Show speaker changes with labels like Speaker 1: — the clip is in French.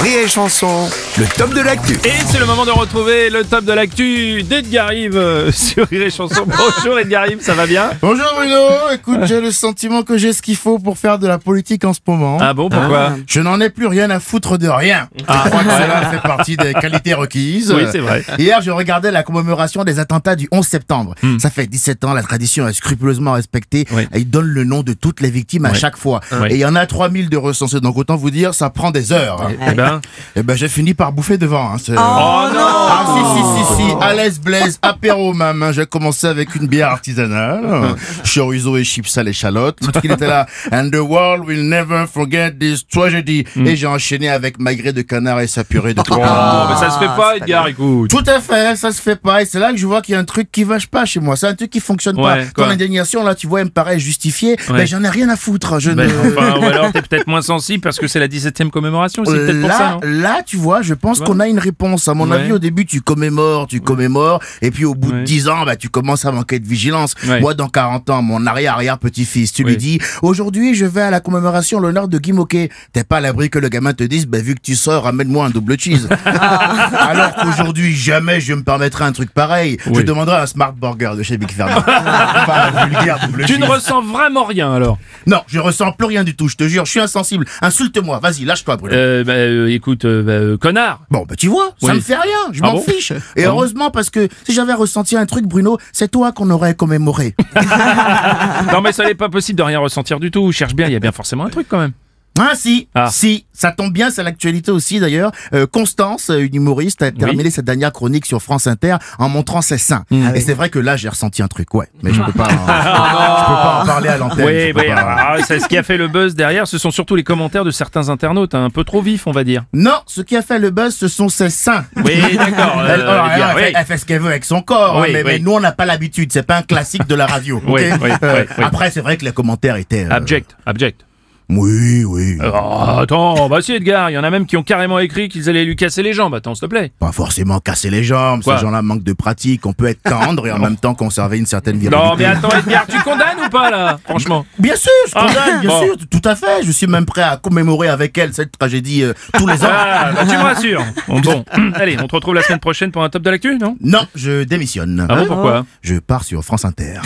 Speaker 1: Rire et Chanson, le top de l'actu.
Speaker 2: Et c'est le moment de retrouver le top de l'actu d'Edgar Yves euh, sur Rire et Chanson. Bonjour Edgar Yves, ça va bien
Speaker 3: Bonjour Bruno, écoute, j'ai le sentiment que j'ai ce qu'il faut pour faire de la politique en ce moment.
Speaker 2: Ah bon, pourquoi
Speaker 3: Je n'en ai plus rien à foutre de rien. Je crois que cela fait partie des qualités requises.
Speaker 2: Oui, c'est vrai.
Speaker 3: Hier, je regardais la commémoration des attentats du 11 septembre. Ça fait 17 ans, la tradition est scrupuleusement respectée.
Speaker 2: Hmm. Oui.
Speaker 3: Et ils donnent le nom de toutes les victimes à
Speaker 2: Oui.
Speaker 3: chaque fois.
Speaker 2: Oui.
Speaker 3: Et il y en a 3000 de recensés, donc autant vous dire, ça prend des heures.
Speaker 2: Eh ben,
Speaker 3: Et ben, j'ai fini par bouffer devant. hein, ce-
Speaker 2: oh non
Speaker 3: ah si si si si, à l'aise Blaise, apéro maman, j'ai commencé avec une bière artisanale, euh, chorizo et chips à l'échalote, tout qu'il était là, and the world will never forget this tragedy,
Speaker 2: Mm.
Speaker 3: et j'ai enchaîné avec ma grille de canard et sa purée de
Speaker 2: Bon,
Speaker 3: trois.
Speaker 2: Oh, mais ça se fait pas Edgar, écoute.
Speaker 3: Tout à fait, ça se fait pas. Et c'est là que je vois qu'il y a un truc qui vache pas chez moi. C'est un truc qui fonctionne
Speaker 2: Ouais,
Speaker 3: pas.
Speaker 2: quoi.
Speaker 3: Ton indignation, là, tu vois, elle me paraît justifiée.
Speaker 2: Ouais.
Speaker 3: Mais j'en ai rien à foutre. Je
Speaker 2: Ben,
Speaker 3: ne...
Speaker 2: enfin, ou alors t'es peut-être moins sensible parce que c'est la 17ème commémoration, c'est peut-être pour ça,
Speaker 3: Là,
Speaker 2: non
Speaker 3: là, tu vois, je pense
Speaker 2: Ouais.
Speaker 3: qu'on a une réponse. À mon
Speaker 2: Ouais.
Speaker 3: avis, au début, tu commémores, tu commémores, et puis au bout
Speaker 2: Ouais.
Speaker 3: de 10 ans, bah, tu commences à manquer de vigilance.
Speaker 2: Ouais.
Speaker 3: Moi, dans 40 ans, mon arrière-arrière-petit-fils, tu
Speaker 2: Oui.
Speaker 3: lui dis, aujourd'hui, je vais à la commémoration en l'honneur de Guy Moquet. T'es pas à l'abri que le gamin te dise, bah, vu que tu sors, ramène-moi un double cheese.
Speaker 2: Ah.
Speaker 3: Alors qu'aujourd'hui, jamais je me permettrai un truc pareil. Je
Speaker 2: Oui.
Speaker 3: demanderai un smart burger de chez Big Fernand. pas un vulgaire double
Speaker 2: Tu ne
Speaker 3: cheese.
Speaker 2: ressens vraiment rien alors
Speaker 3: Non, je ressens plus rien du tout, je te jure, je suis insensible. Insulte-moi, vas-y, lâche-toi, Bruno.
Speaker 2: euh, bah, euh, écoute, euh, bah, euh, connard
Speaker 3: Bon, bah tu vois, ça
Speaker 2: Oui.
Speaker 3: me fait rien, je
Speaker 2: Ah
Speaker 3: m'en
Speaker 2: bon
Speaker 3: fiche. Et
Speaker 2: Ah bon
Speaker 3: heureusement parce que si j'avais ressenti un truc, Bruno, c'est toi qu'on aurait commémoré.
Speaker 2: Non mais ça n'est pas possible de rien ressentir du tout, cherche bien, il y a bien forcément un truc quand même.
Speaker 3: Ah si,
Speaker 2: Ah.
Speaker 3: si, ça tombe bien, c'est l'actualité aussi d'ailleurs. Euh, Constance, euh, une humoriste, a terminé sa dernière chronique sur France Inter en montrant ses seins.
Speaker 2: Mm. Ah
Speaker 3: Et c'est vrai que là, j'ai ressenti un truc, ouais. Mais je peux pas, en, je peux pas en parler à l'antenne. je
Speaker 2: Oui,
Speaker 3: peux
Speaker 2: oui,
Speaker 3: pas. euh.
Speaker 2: alors, bah, ah, c'est ce qui a fait le buzz derrière, ce sont surtout les commentaires de certains internautes, hein, un peu trop vifs on va dire.
Speaker 3: Non, ce qui a fait le buzz, ce sont ses seins.
Speaker 2: Oui, d'accord. euh,
Speaker 3: Elle, alors, elle,
Speaker 2: Edgar,
Speaker 3: elle fait,
Speaker 2: oui.
Speaker 3: elle fait ce qu'elle veut avec son corps, hein,
Speaker 2: Oui,
Speaker 3: mais,
Speaker 2: oui.
Speaker 3: mais nous on n'a pas l'habitude, c'est pas un classique de la radio. ok
Speaker 2: Oui, oui,
Speaker 3: Euh,
Speaker 2: oui, oui.
Speaker 3: Après c'est vrai que les commentaires étaient... euh,
Speaker 2: Abject, abject.
Speaker 3: Oui, oui.
Speaker 2: Oh, attends, bah si Edgar, il y en a même qui ont carrément écrit qu'ils allaient lui casser les jambes. Attends, s'il te plaît.
Speaker 3: Pas forcément casser les jambes.
Speaker 2: Quoi
Speaker 3: Ces gens-là manquent de pratique. On peut être tendre et en même temps conserver une certaine virilité.
Speaker 2: Non, mais attends Edgar, tu condamnes ou pas là Franchement.
Speaker 3: Bien sûr, je condamne, bien
Speaker 2: bon.
Speaker 3: sûr, tout à fait. Je suis même prêt à commémorer avec elle cette tragédie euh, tous les ans.
Speaker 2: Ah, bah, tu me rassures. Bon, bon. allez, on te retrouve la semaine prochaine pour un top de l'actu, non
Speaker 3: Non, je démissionne.
Speaker 2: Ah bon, pourquoi
Speaker 3: Je pars sur France Inter.